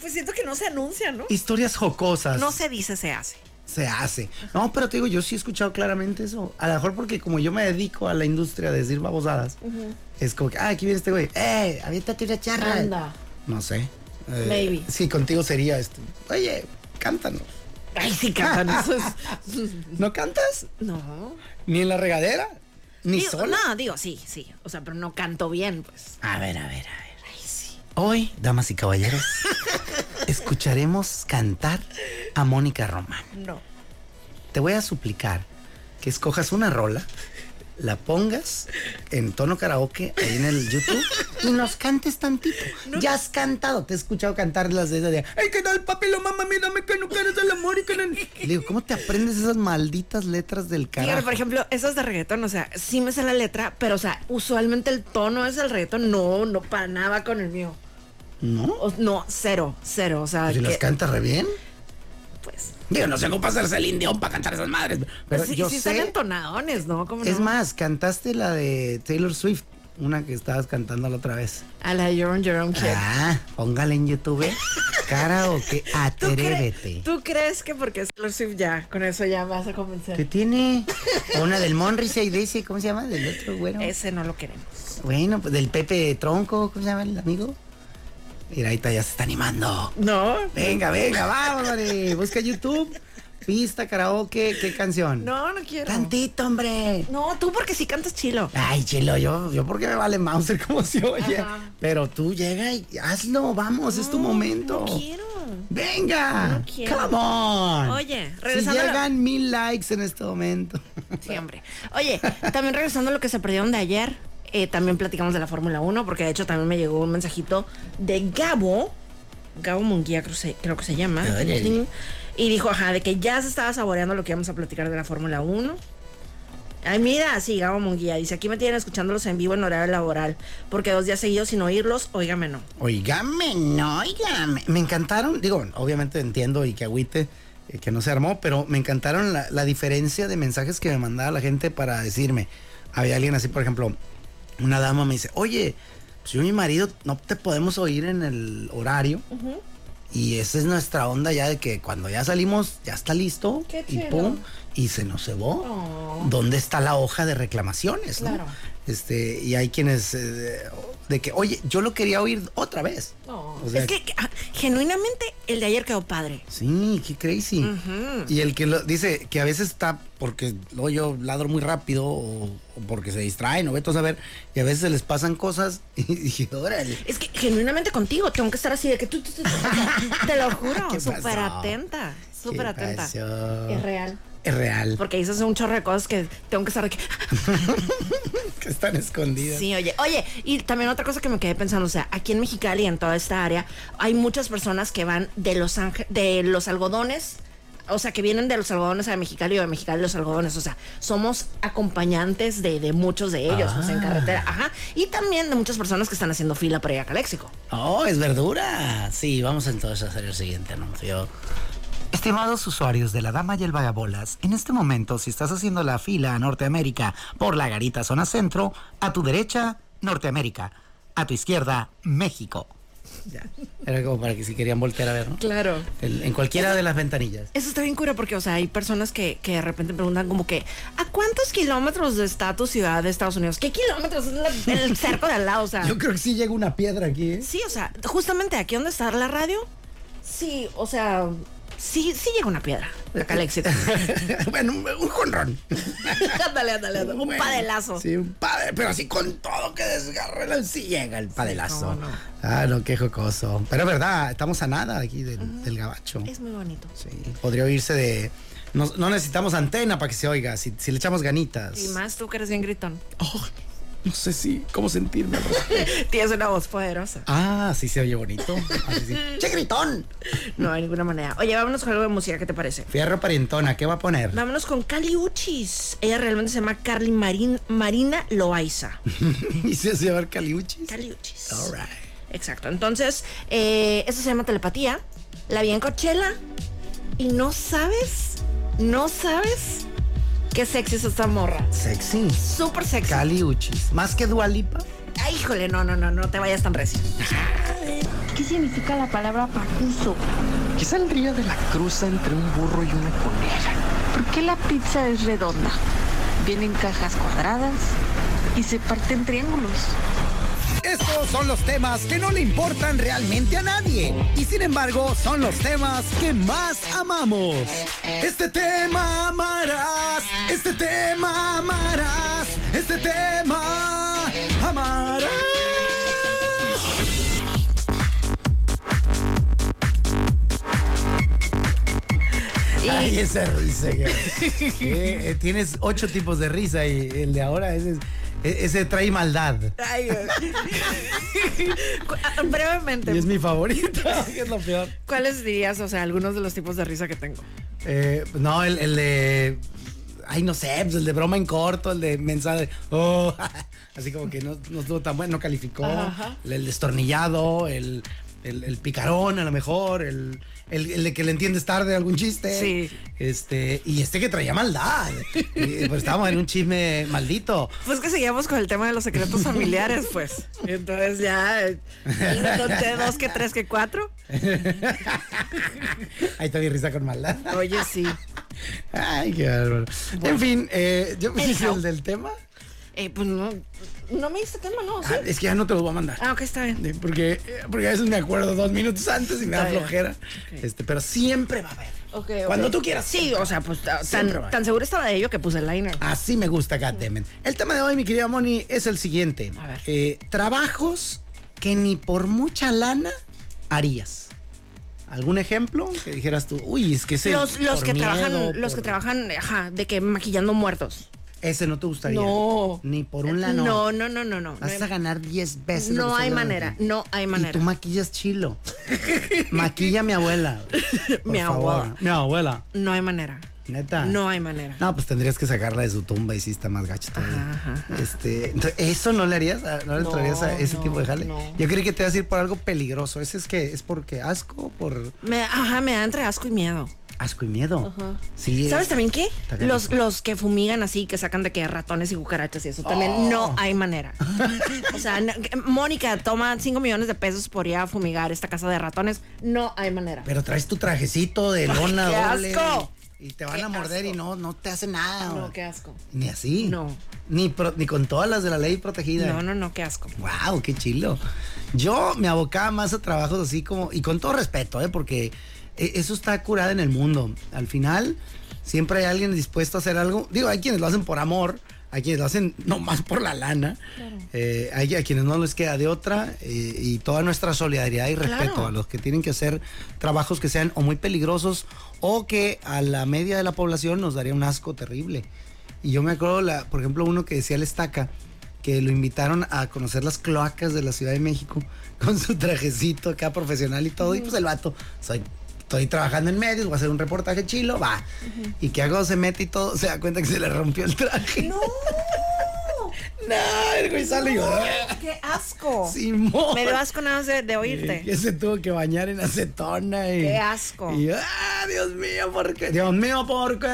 S2: Pues siento que no se anuncia, ¿no?
S4: Historias jocosas.
S2: No se dice, se hace.
S4: se hace. No, pero te digo, yo sí he escuchado claramente eso. A lo mejor porque como yo me dedico a la industria de decir babosadas, es como que, ah, aquí viene este güey. ¡Eh, aviéntate una charra!
S2: Anda.
S4: No sé. Eh,
S2: Maybe.
S4: Sí, contigo sería esto. Oye, cántanos.
S2: Ay, sí, cantan
S4: ¿No cantas?
S2: <laughs> No.
S4: ¿Ni en la regadera? ¿Ni
S2: Digo,
S4: sola?
S2: No, digo, sí, sí. O sea, pero no canto bien, pues.
S4: A ver, a ver, a ver. Hoy, damas y caballeros, <laughs> escucharemos cantar a Mónica Román.
S2: No.
S4: Te voy a suplicar que escojas una rola, la pongas en tono karaoke ahí en el YouTube y nos cantes tantito. ya has cantado, te he escuchado cantar las de esas de ¡Ay, que tal, papi, lo mamá, mírame que no quieres el amor y que no-". Le digo, ¿cómo te aprendes esas malditas letras del
S2: Fíjate, por
S4: carajo?
S2: ejemplo, esas de reggaetón, o sea, sí me sé la letra, pero, o sea, usualmente el tono es el reggaetón. No, no, para nada va con el mío.
S4: ¿No?
S2: O- no, cero, cero. O sea,
S4: ¿Y Pues las
S2: que,
S4: cantas re bien?
S2: pues.
S4: Digo, no sé cómo hacerse el indio para cantar esas madres. Pues Pero
S2: sí,
S4: yo
S2: sí están
S4: sé.
S2: entonadones, ¿no? ¿Cómo
S4: Es
S2: no?
S4: más, cantaste la de Taylor Swift, una que estabas cantando la otra vez.
S2: A la Jerome Jerome Kid.
S4: Ah, póngala en YouTube. Karaoke,
S2: <laughs> ¿Tú, cre-
S4: atrévete.
S2: ¿Tú crees que porque es Taylor Swift ya, con eso ya vas a
S4: ¿Qué
S2: convencer?
S4: tiene? Una del Monrise y de ese, ¿cómo se llama? Del otro, bueno.
S2: Ese no lo queremos.
S4: Bueno, pues del Pepe Tronco, ¿cómo se llama el amigo? Mira, ahorita ya se está animando.
S2: No,
S4: Venga, venga, vámonos. hombre. Busca YouTube. Pista, karaoke, ¿qué canción?
S2: no, no quiero.
S4: Tantito, hombre.
S2: No, tú porque sí cantas chilo.
S4: Ay, chilo, yo, yo porque me vale Mauser como se oye.
S2: Ajá.
S4: Pero tú llega y hazlo, vamos, es tu momento.
S2: No quiero.
S4: Venga,
S2: No quiero.
S4: come on.
S2: Oye,
S4: si
S2: regresando a lo-
S4: llegan mil likes en este <laughs> momento.
S2: Siempre. Oye, también regresando a lo que se perdieron de ayer, eh, también platicamos de la Fórmula 1, porque de hecho también me llegó un mensajito de Gabo, Gabo Munguía creo, se- creo que se llama,
S4: Órale.
S2: y dijo, ajá, de que ya se estaba saboreando lo que íbamos a platicar de la Fórmula 1. Ay, mira, sí, Gabo Munguía dice, aquí me tienen escuchándolos en vivo en horario laboral, porque dos días seguidos sin oírlos, óigame no.
S4: Oígame, no, oígame. Me encantaron, digo, obviamente entiendo y que agüite eh, que no se armó, pero me encantaron la, la diferencia de mensajes que me mandaba la gente para decirme. Había alguien así, por ejemplo, una dama me dice, oye, pues yo y mi marido no te podemos oír en el horario. Y esa es nuestra onda ya de que cuando ya salimos, ya está listo.
S2: Qué
S4: y
S2: chido.
S4: pum, y se nos cebó. ¿Dónde está la hoja de reclamaciones? no?
S2: Claro.
S4: Este, y hay quienes eh, de que, oye, yo lo quería oír otra vez. O sea,
S2: es que, que, ah, genuinamente el de ayer quedó padre.
S4: Sí, qué crazy. Y el que lo, dice que a veces está porque luego yo ladro muy rápido o, o porque se distraen o vete a saber y a veces se les pasan cosas <laughs> y dije, órale.
S2: Es que genuinamente contigo tengo que estar así de que tú, tú, tú, tú, tú.
S4: <laughs>
S2: te lo
S4: ¿Qué
S2: juro, súper
S4: pasó?
S2: atenta, súper
S4: ¿Qué
S2: atenta.
S4: pasó?
S2: Es real.
S4: Es real.
S2: Porque dices un chorro de cosas que tengo que estar de que <laughs>
S4: Que están escondidas.
S2: Sí, oye, oye, y también otra cosa que me quedé pensando, o sea, aquí en Mexicali y en toda esta área hay muchas personas que van de Los Ángeles, de los algodones, o sea, que vienen de los algodones a Mexicali o de Mexicali a los algodones, o sea, somos acompañantes de, de muchos de ellos, o sea,
S4: Ah.
S2: en carretera, ajá, y también de muchas personas que están haciendo fila para ir a Caléxico.
S4: Oh, es verdura. Sí, vamos entonces a hacer el siguiente anuncio. Estimados usuarios de La Dama y el Vagabolas, en este momento, si estás haciendo la fila a Norteamérica por la Garita Zona Centro, a tu derecha, Norteamérica. a tu izquierda, México. Ya. Era como para que si querían voltear a ver, ¿no?
S2: Claro.
S4: El- en cualquiera de las ventanillas.
S2: Eso está bien cura porque, o sea, hay personas que, que de repente preguntan como que, ¿a cuántos kilómetros de está tu ciudad de Estados Unidos? ¿Qué kilómetros es la- el cerco de al lado? O sea,
S4: creo que sí llega una piedra aquí, <laughs> ¿eh?
S2: sí, o sea, justamente aquí donde está la radio, sí, o sea, sí, sí llega una piedra. Acá el
S4: <laughs>
S2: éxito.
S4: bueno, un, un jonrón.
S2: ándale, ándale, ándale, un
S4: Bueno,
S2: padelazo.
S4: Sí, un padre, pero así con todo que desgarre, la- sí llega el padelazo.
S2: cómo no.
S4: Ah, no, qué jocoso. Pero es verdad, estamos a nada aquí del, del gabacho.
S2: Es muy bonito.
S4: Sí, podría oírse de... No, no necesitamos antena para que se oiga, si, si le echamos ganitas.
S2: Y más tú que eres bien gritón.
S4: Oh, no sé si, cómo sentirme.
S2: Tienes una voz poderosa.
S4: <laughs> ah, sí se oye bonito. Así
S2: <laughs>
S4: sí.
S3: ¡Che gritón!
S2: No, de ninguna manera. Oye, vámonos con algo de música, ¿qué te parece?
S4: Fierro parientona, ¿qué va a poner?
S2: Vámonos con Cali Uchis. Ella realmente se llama Carly Marín, Marina Loaiza.
S4: <laughs> y se hace ver caliuchis.
S2: Cali Uchis.
S4: All right.
S2: Exacto. Entonces, eh, eso se llama telepatía. La vi en Coachella y no sabes, no sabes qué sexy es esta morra.
S4: Sexy.
S2: Súper sexy.
S4: Caliuchis. Más que Dualipa.
S2: Ay, híjole, no, no, no, no te vayas tan
S4: <laughs>
S2: recio.
S6: ¿Qué significa la palabra pacuso?
S7: ¿Qué saldría de la cruza entre un burro y una coneja?
S6: ¿Por qué la pizza es redonda? Viene en cajas cuadradas y se parte en triángulos.
S4: Estos son los temas que no le importan realmente a nadie. Y sin embargo, son los temas que más amamos. Este tema amarás. Este tema amarás. Este tema amarás. Ay, esa risa. ya. Eh, eh, tienes ocho tipos de risa y el de ahora ese, es- e- ese trae maldad.
S2: Ay, Dios. Cu- ah, Brevemente,
S4: Y es mi favorito, <laughs> que es lo peor.
S2: ¿cuáles dirías, o sea, algunos de los tipos de risa que tengo?
S4: Eh, no, el, el de. Ay, no sé, pues el de broma en corto, el de mensaje. Oh, <laughs> así como que no, no estuvo tan bueno, no calificó. El, el destornillado, el, el- el picarón, a lo mejor. El, el- el de que le entiendes tarde algún chiste.
S2: Sí.
S4: Este, y este que traía maldad. Y, pues estábamos en un chisme maldito. <laughs>
S2: Pues que seguíamos con el tema de los secretos familiares, pues. Entonces ya eh, le conté dos que tres que cuatro.
S4: Ahí todavía risa con maldad.
S2: Oye, sí.
S4: <laughs> Ay, qué bárbaro. En fin, eh, yo me hice
S2: Anyhow.
S4: el del tema.
S2: Eh, pues no, no me diste tema, no. ¿sí?
S4: Ah, es que ya no te lo voy a mandar.
S2: Ah, ok, está bien.
S4: De- Porque, eh, porque a veces me acuerdo dos minutos antes y me da
S2: Está bien.
S4: flojera. Este, pero siempre va a haber.
S2: Ok, ok.
S4: Cuando tú quieras.
S2: Sí, o sea, pues ta-
S4: Siempre va. Ah,
S2: tan, tan seguro estaba de ello que puse el liner.
S4: Así me gusta, Goddammit. El tema de hoy, mi querida Moni, es el siguiente.
S2: A ver.
S4: Eh, trabajos que ni por mucha lana harías. ¿Algún ejemplo que dijeras tú? Uy, es que ese...
S2: los los
S4: por
S2: que
S4: miedo,
S2: trabajan, los que
S4: por-
S2: trabajan, ajá, de que maquillando muertos.
S4: Ese no te gustaría.
S2: No. Eh,
S4: Ni por un lano.
S2: No, no, no, no, no. No
S4: Vas a
S2: hay-
S4: ganar 10 veces. lo
S2: No
S4: que
S2: hay
S4: estoy
S2: manera,
S4: ganando.
S2: no hay
S4: Y tú
S2: manera. <laughs>
S4: maquillas chilo. Maquilla a mi abuela. por
S2: Mi
S4: favor.
S2: abuela.
S4: Mi abuela.
S2: No hay manera.
S4: Neta.
S2: No hay manera.
S4: Ah. No, pues tendrías que sacarla de su tumba y sí está más gacho todavía. Este, entonces, ¿eso no le harías? a- ¿No le
S2: No,
S4: entrarías a ese
S2: no,
S4: tipo de jale?
S2: no.
S4: Yo creí que te ibas a ir por algo peligroso. ¿Ese es que es porque asco, por
S2: Me, ajá, me da entre asco y miedo.
S4: asco y miedo? Sí.
S2: ¿Sabes
S4: es-
S2: también qué?
S4: Está canijo.
S2: Los, los que fumigan así, que sacan de que ratones y cucarachas y eso, también
S4: Oh.
S2: no hay
S4: <laughs>
S2: manera. o sea, no- que- Mónica toma 5 millones de pesos por ir a fumigar esta casa de ratones. No hay manera.
S4: Pero traes tu trajecito de lona
S2: qué
S4: doble.
S2: asco!
S4: Y te van
S2: Qué
S4: a morder
S2: asco.
S4: y no, no te hace nada.
S2: No, qué asco.
S4: Ni así.
S2: No.
S4: Ni, pro- ni con todas las de la ley protegida.
S2: No, no, no, qué asco.
S4: Wow, qué chilo. Yo me abocaba más a trabajos así como, y con todo respeto, ¿eh? porque eh, eso está curado en el mundo. Al final, siempre hay alguien dispuesto a hacer algo. Digo, hay quienes lo hacen por amor, hay quienes lo hacen nomás por la lana, eh, hay a quienes no les queda de otra, eh, y toda nuestra solidaridad y respeto
S2: Claro.
S4: a los que tienen que hacer trabajos que sean o muy peligrosos o que a la media de la población nos daría un asco terrible. Y yo me acuerdo, la, por ejemplo, uno que decía la estaca, que lo invitaron a conocer las cloacas de la Ciudad de México <laughs> con su trajecito acá profesional y todo. Y pues el vato, soy, estoy trabajando en medios, voy a hacer un reportaje chilo, va. Y que hago, se mete y todo, se da cuenta que se le rompió el traje. <laughs> No, el güey sale y yo, "Ah,
S2: ¡Qué asco!
S4: Simón".
S2: Me dio asco nada más de, de
S4: Eh,
S2: oírte.
S4: Que se tuvo que bañar en acetona y.
S2: Qué asco.
S4: Y ah, Dios mío, ¿por qué? Dios mío, ¿por qué?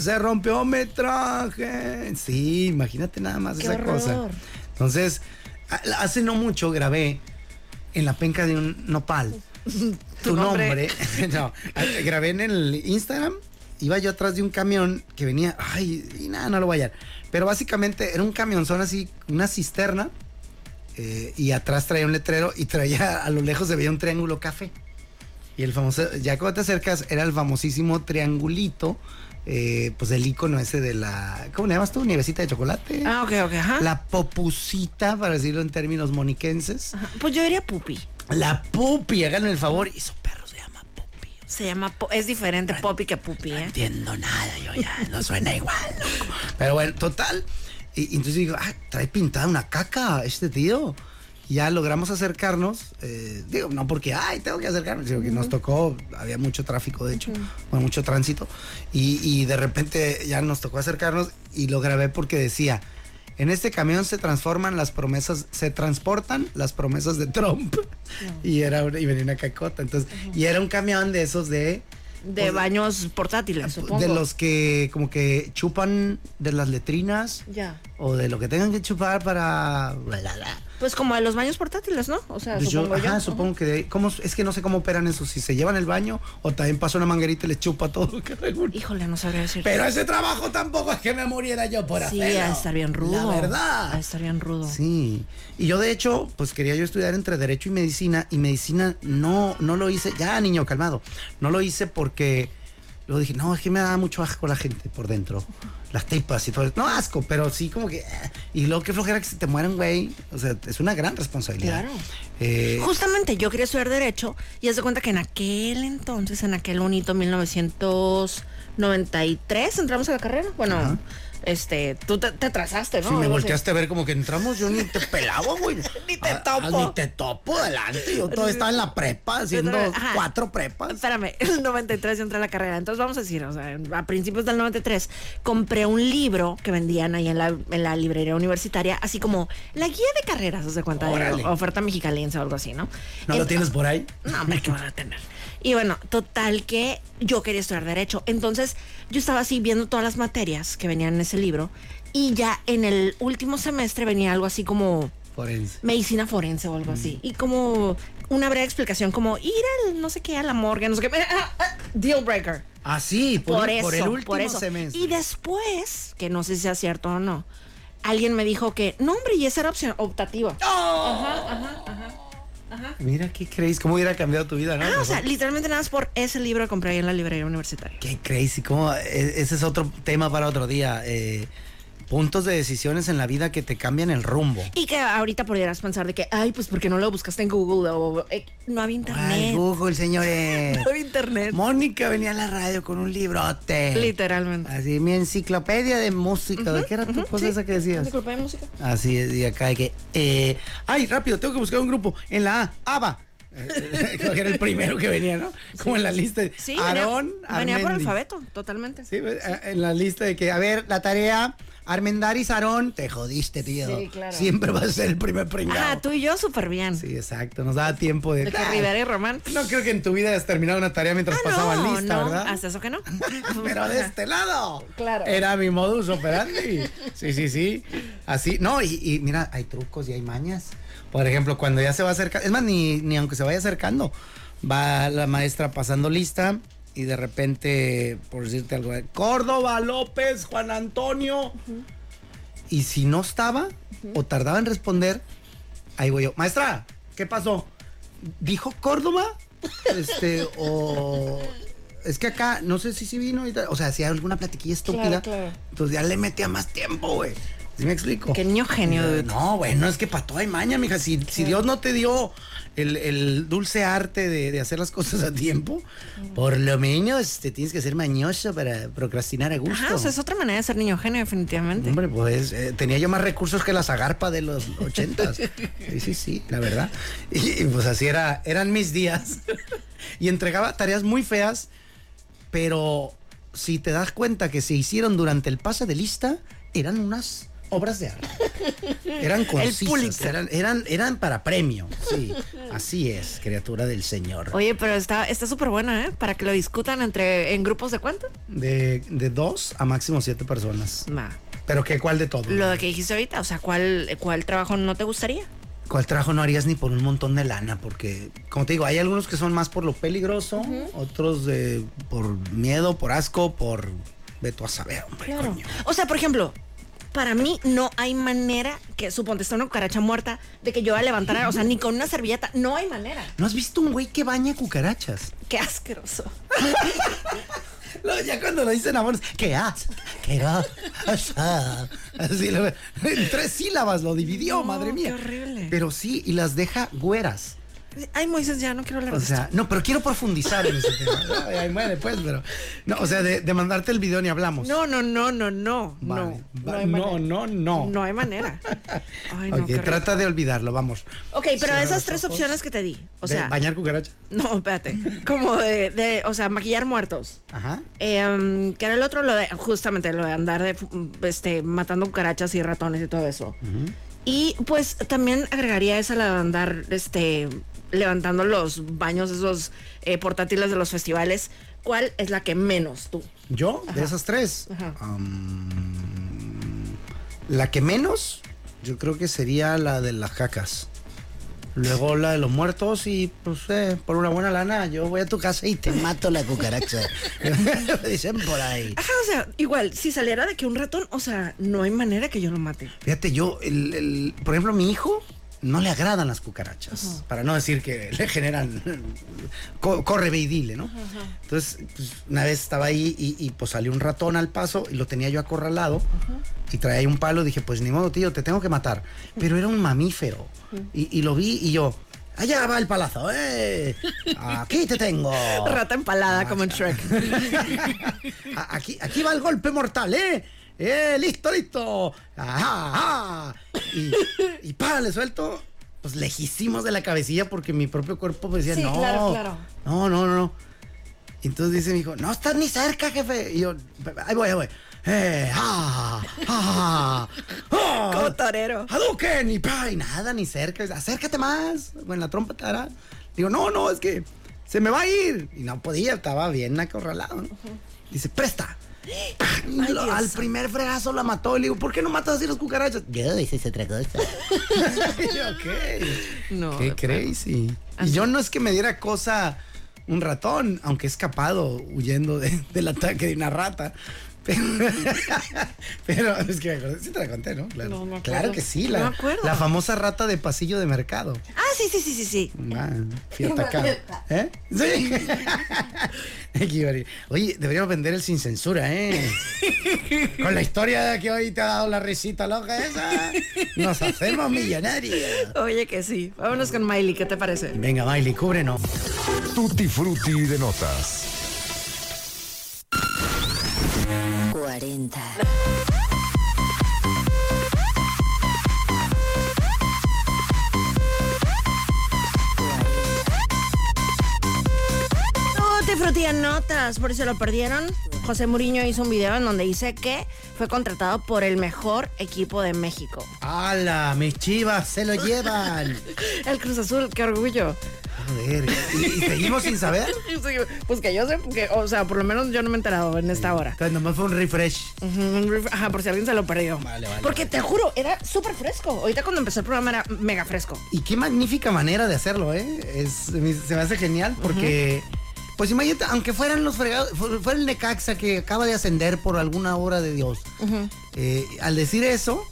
S4: Se rompió mi traje. Sí, imagínate nada más
S2: Qué
S4: esa cosa.
S2: horror.
S4: Entonces, a- la- hace no mucho grabé en la penca de un nopal tu nombre.
S2: nombre.
S4: <laughs> no, a- grabé en el Instagram. Iba yo atrás de un camión que venía. Ay, y nada, no lo voy a hallar. Pero básicamente era un camionzón así, una cisterna. eh, y atrás traía un letrero y traía a lo lejos se veía un triángulo café. Y el famoso, ya cuando te acercas, era el famosísimo triangulito, eh, pues el icono ese de la, ¿cómo le llamas tú? Nievecita de chocolate.
S2: Ah, ok, ok, ajá.
S4: La popusita, para decirlo en términos moniquenses.
S2: Ajá. Pues yo diría pupi.
S4: La pupi, háganme el favor. Y su perro se llama pupi.
S2: Se llama, po- es diferente popi que pupi,
S4: No
S2: ¿eh?
S4: entiendo nada, yo ya, no suena igual. loco. Pero bueno, total. Y, y entonces digo, ah, trae pintada una caca este tío. Y Ya logramos acercarnos, eh, digo, no porque, ay, tengo que acercarme, sino que nos tocó, había mucho tráfico, de hecho, bueno, mucho tránsito, y, y de repente ya nos tocó acercarnos y lo grabé porque decía, en este camión se transforman las promesas, se transportan las promesas de Trump. Y, era, una- y venía una cacota, entonces, y era un camión de esos de...
S2: De baños portátiles, supongo.
S4: De los que como que chupan de las letrinas
S2: Ya.
S4: o de lo que tengan que chupar para... bla, bla, bla.
S2: Pues como de los baños portátiles, ¿no? O sea,
S4: Pues yo-
S2: supongo yo.
S4: ajá, supongo que de ahí- ¿cómo- es que no sé cómo operan eso, si se llevan el baño o también pasa una manguerita y le chupa todo. <laughs> cada uno.
S2: Híjole, no sabría decir.
S4: Pero ese trabajo tampoco es que me muriera yo por
S2: sí,
S4: hacerlo.
S2: ha de estar bien rudo.
S4: La
S2: Ha de
S4: verdad.
S2: estar bien rudo.
S4: Sí. Y yo de hecho, pues quería yo estudiar entre derecho y medicina y medicina no no lo hice, ya niño calmado. No lo hice porque luego dije, "No, es que me da mucho asco la gente por dentro." Las tripas y todo. eso. No asco, pero sí como que eh. y luego qué flojera que se te mueran, güey. O sea, es una gran responsabilidad.
S2: Claro.
S4: Eh,
S2: Justamente yo quería estudiar Derecho y haz de cuenta que en aquel entonces, en aquel bonito 1993, entramos a la carrera. Bueno, este, tú te, te atrasaste, ¿no?
S4: si me
S2: Algo así.
S4: volteaste a ver como que entramos, yo ni te pelaba,
S2: <laughs>
S4: güey.
S2: Ni te
S4: Ah, ah,
S2: topo.
S4: ni te topo adelante. Yo todavía estaba en la prepa, haciendo
S2: Ajá.
S4: cuatro prepas.
S2: Espérame, <laughs> el 93 yo entré a la carrera. Entonces vamos a decir, o sea, en- a principios del 93 compré un libro que vendían ahí en la, en la librería universitaria, así como la guía de carreras, ¿os de cuenta?
S4: Órale.
S2: De oferta mexicalense o algo así, ¿no?
S4: ¿No lo
S2: Ent-
S4: tienes por ahí?
S2: No, hombre, que van a tener. Y bueno, total que yo quería estudiar Derecho. Entonces, yo estaba así viendo todas las materias que venían en ese libro. Y ya en el último semestre venía algo así como
S4: Forense.
S2: medicina forense o algo así. Y como una breve explicación, como ir al no sé qué, a la morgue, no sé qué. <laughs> Ah, ah, Deal breaker.
S4: Ah, sí, por,
S2: Por,
S4: el-
S2: eso.
S4: por el último
S2: por eso.
S4: semestre.
S2: Y después, que no sé si sea cierto o no, alguien me dijo que, no, hombre, y esa era opción optativa.
S4: Mira, ¿qué creéis? ¿Cómo hubiera cambiado tu vida, no?
S2: ah, o sea,
S4: Mejor.
S2: literalmente nada más por ese libro que compré ahí en la librería universitaria.
S4: Qué crazy, cómo e- ese es otro tema para otro día. eh, puntos de decisiones en la vida que te cambian el rumbo.
S2: Y que ahorita podrías pensar de que, ay, pues porque no lo buscaste en Google o eh, no había
S4: Ay,
S2: internet. <laughs>
S4: Google, señores.
S2: no había internet.
S4: Mónica venía a la radio con un librote.
S2: Literalmente.
S4: Así, mi enciclopedia de música. ¿De qué era tu cosa esa que decías?
S2: Disculpa, ¿hay música?
S4: Así es, y acá hay que. eh, ay, rápido, tengo que buscar un grupo. En la A, ABA. Eh, <laughs> Creo que era el primero que venía, ¿no? Como en la lista. de
S2: Sí, venía-
S4: Aarón
S2: venía, por
S4: Armendi.
S2: alfabeto, totalmente.
S4: Sí, pues, a- en la lista de que, a ver, la tarea, Armendaris Aarón, te jodiste, tío.
S2: Sí, claro.
S4: Siempre vas a ser el primer pringado.
S2: Ah, tú y yo súper bien.
S4: Sí, exacto, nos daba tiempo de...
S2: De que
S4: Ah,
S2: Rivera y Román. Ah,
S4: No creo que en tu vida hayas terminado una tarea mientras pasaba
S2: no,
S4: lista,
S2: no,
S4: ¿verdad?
S2: hasta eso que no.
S4: <laughs> Pero de este lado.
S2: Claro.
S4: Era mi modus operandi. Sí, sí, sí. Así. No, y, y mira, hay trucos y hay mañas. Por ejemplo, cuando ya se va acercando, es más, ni, ni aunque se vaya acercando, va la maestra pasando lista y de repente, por decirte algo, Córdoba, López, Juan Antonio. Y si no estaba o tardaba en responder, ahí voy yo. Maestra, ¿qué pasó? ¿Dijo Córdoba? Este, o. Es que acá, no sé si sí vino y tal. O sea, hacía alguna platiquilla estúpida.
S2: Claro, claro.
S4: Entonces ya le metía más tiempo, güey. ¿Sí me explico?
S2: Qué niño genio, dude.
S4: No, güey, no es que para todo hay maña, mija. Si, si Dios no te dio el, el dulce arte de, de hacer las cosas a tiempo, por lo menos te tienes que ser mañoso para procrastinar a gusto.
S2: Ajá, o sea, es otra manera de ser niño genio, definitivamente.
S4: Hombre, pues eh, tenía yo más recursos que la zagarpa de los
S2: <laughs>
S4: ochentas. Sí, sí, sí, la verdad. Y, y, pues así era, eran mis días. Y entregaba tareas muy feas, pero si te das cuenta que se hicieron durante el pase de lista, eran unas obras de arte.
S2: <laughs>
S4: Eran concisas,
S2: Pulitzer.
S4: eran, eran, eran para premio. Sí, así es, criatura del señor.
S2: Oye, pero está está súper buena, ¿eh? Para que lo discutan entre en grupos de cuánto.
S4: De, de dos a máximo siete personas.
S2: Va.
S4: Pero qué, ¿cuál de todo?
S2: Lo que dijiste ahorita, o sea, ¿cuál, cuál trabajo no te gustaría?
S4: ¿Cuál trabajo no harías ni por un montón de lana? Porque, como te digo, hay algunos que son más por lo peligroso, otros de, por miedo, por asco, por... De tú a saber, hombre.
S2: Claro.
S4: coño.
S2: O sea, por ejemplo, para mí no hay manera que, suponte, está una cucaracha muerta, de que yo la levantara, o sea, ni con una servilleta, no hay manera.
S4: ¿No has visto un güey que baña cucarachas?
S2: Qué asqueroso.
S4: No, ya cuando lo dicen amores, ¿qué haces? ¿Qué haces? Así lo- en tres sílabas lo dividió,
S2: No,
S4: madre mía.
S2: qué horrible.
S4: Pero sí, y las deja güeras.
S2: Ay, Moisés, ya no quiero hablar
S4: O
S2: de esto.
S4: sea, no, pero quiero profundizar en ese tema.
S2: <laughs>
S4: Ay, ay, muere, pues, pero. No, o sea, de, de mandarte el video ni hablamos.
S2: No, no, no, no, no.
S4: Vale,
S2: no,
S4: va-
S2: hay
S4: no,
S2: manera.
S4: no, no.
S2: No hay manera. Ay, no,
S4: Ok,
S2: qué horrible.
S4: trata de olvidarlo, vamos.
S2: Ok, pero de esas tres opciones que te di, o
S4: De
S2: sea,
S4: bañar cucaracha.
S2: <laughs> no, espérate, como de, de, o sea, maquillar muertos.
S4: Ajá.
S2: Eh, que era el otro, lo de, justamente lo de andar de, este, matando cucarachas y ratones y todo eso. Y pues también agregaría esa la de andar este, levantando los baños, esos eh, portátiles de los festivales. ¿Cuál es la que menos tú?
S4: Yo, de esas tres,
S2: Ajá.
S4: am, la que menos, yo creo que sería la de las cacas. Luego la de los muertos y, pues, eh, por una buena lana, yo voy a tu casa y te mato la
S2: <laughs>
S4: cucaracha. <laughs> Me dicen por ahí.
S2: Ajá, Ah, o sea, igual, si saliera de que un ratón, o sea, no hay manera que yo lo mate.
S4: Fíjate, yo, el- el- por ejemplo, a mi hijo no le agradan las cucarachas, para no decir que le generan co- corre ve y dile, ¿no? Entonces, pues, una vez estaba ahí y, y, pues salió un ratón al paso y lo tenía yo acorralado y traía ahí un palo, dije, pues ni modo, tío, te tengo que matar. Pero era un mamífero y, y lo vi y yo, allá va el palazo, ¿eh? Aquí te tengo.
S2: Rata empalada como en Shrek.
S4: <laughs> A- aquí, aquí va el golpe mortal, ¿eh? ¡Eh, listo, listo! ¡Ajá, ajá! Y, y pa, le suelto, pues lejísimos de la cabecilla porque mi propio cuerpo pues, decía,
S2: Sí,
S4: no.
S2: claro, claro.
S4: No, no, no. Y Entonces dice mi hijo, no estás ni cerca, jefe. Y yo, ahí voy, ahí voy. ¡Eh, ah, ah, ah!
S2: Como torero.
S4: ¡Hadouken! Y, pa, y nada, ni cerca. Acércate más. Bueno, la trompa te hará. Digo, no, no, es que se me va a ir. Y no podía, estaba bien acorralado. ¿no? Dice, presta. Pa, y lo-
S2: Dios.
S4: al primer fregazo la mató. Y le digo, ¿por qué no matas así las cucarachas? Yo dices otra cosa. <laughs> ok.
S2: No,
S4: Qué
S2: de
S4: crazy. Y yo no es que me diera cosa un ratón, aunque he escapado huyendo de- del ataque de una rata. Pero, <laughs> pero es que me acordé, sí te la conté, ¿no? Claro,
S2: No me acuerdo.
S4: claro que sí,
S2: No
S4: la,
S2: me acuerdo.
S4: la famosa rata de pasillo de mercado.
S2: Ah, sí, sí, sí, sí, sí.
S4: Ah, fui atacado. ¿Eh? Sí. <laughs> Aquí, Ori. Oye, deberíamos vender el sin censura, ¿eh? Con la historia de que hoy te ha dado la risita loca esa, nos hacemos millonarios.
S2: Oye que sí. Vámonos con Miley, ¿qué te parece?
S4: Venga, Miley, cúbrenos.
S8: Tutti frutti de notas.
S9: 40.
S2: No te frutían notas, por eso lo perdieron. José Mourinho hizo un video en donde dice que fue contratado por el mejor equipo de México.
S4: ¡Hala! Mis chivas se lo llevan.
S2: El Cruz Azul, qué orgullo.
S4: Joder, ¿y, y seguimos sin saber?
S2: Sí, Pues que yo sé, que, o sea, por lo menos yo no me he enterado en esta hora.
S4: Entonces, nomás fue un refresh.
S2: Ujú, un ref- Ajá, por si alguien se lo perdió.
S4: Vale, vale,
S2: Porque te juro, era súper fresco. Ahorita cuando empezó el programa era mega fresco.
S4: Y qué magnífica manera de hacerlo, ¿eh? Es, se me- se me hace genial porque... Pues imagínate, aunque fueran los fregados, fu- fuera el Necaxa que acaba de ascender por alguna obra de Dios, eh, al decir eso,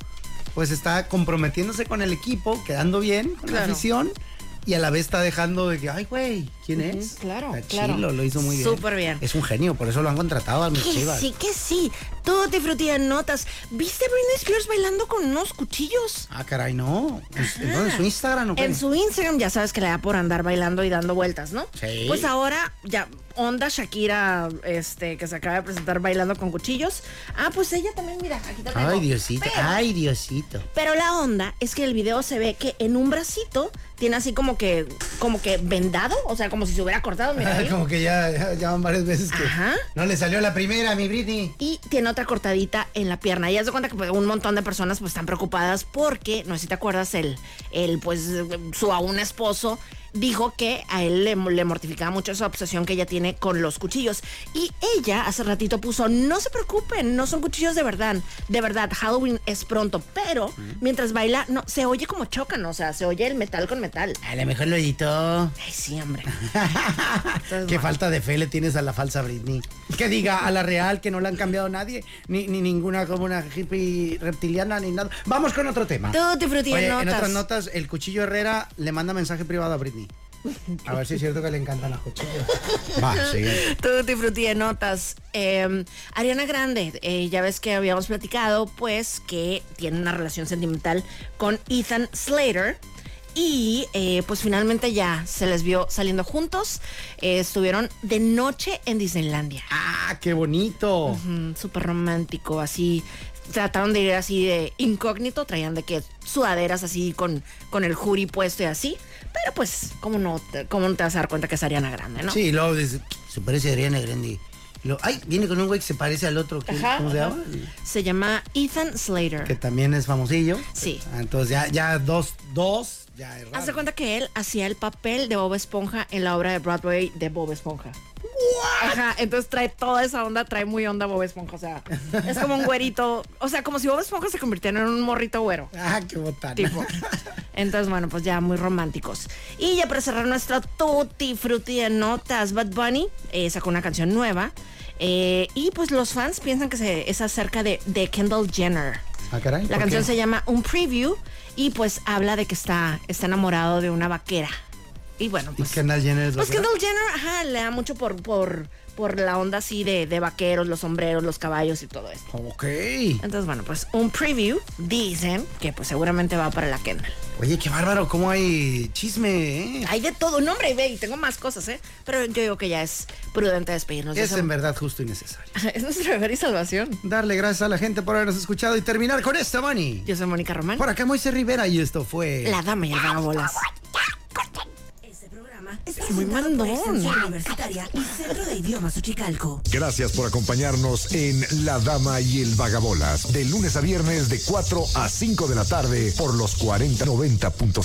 S4: pues está comprometiéndose con el equipo, quedando bien con la
S2: Claro.
S4: afición y a la vez está dejando de que, ay, güey, ¿quién es?
S2: claro,
S4: Está
S2: claro.
S4: chilo, lo hizo muy bien.
S2: Súper bien.
S4: Es un genio, por eso lo han contratado a mis
S2: Que
S4: chivas.
S2: sí, que sí. Todo te frutían notas. ¿Viste a Britney Spears bailando con unos cuchillos?
S4: Ah, caray, no. Pues, ¿dónde? ¿En su Instagram o qué?
S2: En su Instagram ya sabes que le da por andar bailando y dando vueltas, ¿no?
S4: Sí.
S2: Pues ahora ya onda Shakira, este, que se acaba de presentar bailando con cuchillos. Ah, pues ella también, mira, aquí te tengo.
S4: Ay, Diosito,
S2: Pero,
S4: ay, Diosito.
S2: pero la onda es que el video se ve que en un bracito tiene así como que, como que vendado, o sea, como si se hubiera cortado, mira. mira.
S4: <laughs> Como que ya, ya- ya van varias veces que
S2: Ajá.
S4: no le salió la primera a mi Britney.
S2: Y tiene otra cortadita en la pierna. Y haz de cuenta que pues, un montón de personas pues, están preocupadas porque, no sé si te acuerdas, el, el pues su aún esposo dijo que a él le, le mortificaba mucho esa obsesión que ella tiene con los cuchillos. Y ella hace ratito puso, no se preocupen, no son cuchillos de verdad, de verdad, Halloween es pronto, pero mientras baila, no, se oye como chocan, o sea, se oye el metal con metal.
S4: A lo mejor lo editó.
S2: Ay, sí, hombre.
S4: <laughs> Qué falta de fe le tienes a la falsa Britney. Que diga a la real que no la han cambiado nadie, ni, ni ninguna como una hippie reptiliana, ni nada. Vamos con otro tema.
S2: Tutti frutti en
S4: Oye, en
S2: notas.
S4: otras notas, el cuchillo Herrera le manda mensaje privado a Britney. A ver si es cierto que le encantan las cuchillas. Va, sigue.
S2: Tutti frutti de notas. Eh, Ariana Grande, eh, ya ves que habíamos platicado, pues, que tiene una relación sentimental con Ethan Slater. Y eh, pues finalmente ya se les vio saliendo juntos. Eh, estuvieron de noche en Disneylandia.
S4: ¡Ah, qué bonito!
S2: Mm, Súper romántico, así. Trataron de ir así de incógnito, traían de que sudaderas así con, con el jury puesto y así. Pero pues, ¿cómo no, te, ¿cómo no te vas a dar cuenta que es Ariana Grande, Ah, no?
S4: Sí, luego dice, se parece a Adriana Grandi. Lo, ay, viene con un güey que se parece al otro. ¿quién-
S2: Ajá,
S4: ¿Cómo se
S2: ajá.
S4: llama?
S2: Se llama Ethan Slater.
S4: Que también es famosillo.
S2: Sí.
S4: Ah, Entonces ya, ya dos, dos, ya es raro.
S2: Haz de cuenta que él hacía el papel de Bob Esponja en la obra de Broadway de Bob Esponja. Ajá, entonces trae toda esa onda, trae muy onda Bob Esponja, o sea, es como un güerito, o sea, como si Bob Esponja se convirtiera en un morrito güero.
S4: Ah, qué botana.
S2: Tipo. Entonces, bueno, pues ya muy románticos. Y ya para cerrar nuestra tutti frutti de notas, Bad Bunny eh, sacó una canción nueva. eh, y pues los fans piensan que se- es acerca de, de Kendall Jenner.
S4: <laughs> Ah, caray,
S2: La
S4: ¿por
S2: canción
S4: qué?
S2: se llama Un Preview y pues habla de que está, está enamorado de una vaquera. Y bueno,
S4: ¿Y
S2: pues...
S4: Kendall Jenner es
S2: Pues
S4: vaquera?
S2: Kendall Jenner, ajá, le da mucho por, por, por la onda así de, de vaqueros, los sombreros, los caballos y todo esto.
S4: Ok.
S2: Entonces, bueno, pues un preview dicen que pues seguramente va para la Kendall.
S4: Oye, qué bárbaro, cómo hay chisme, ¿eh?
S2: Hay de todo, no hombre, ve, y tengo más cosas, ¿eh? Pero yo digo que ya es prudente despedirnos. de
S4: Es
S2: esa-
S4: en verdad justo y necesario.
S2: <laughs> es nuestra deber y salvación.
S4: Darle gracias a la gente por habernos escuchado y terminar con esta, Bunny.
S2: Yo soy Mónica Román,
S4: Por acá Moisés Rivera y esto fue...
S2: la dama y el vagabolas.
S1: Este programa es
S2: muy
S1: presentado por
S2: mandón.
S1: Extensión Universitaria y Centro de Idiomas Uchicalco.
S8: Gracias por acompañarnos en La Dama y el Vagabolas, de lunes a viernes de 4 a 5 de la tarde por los 4090.5.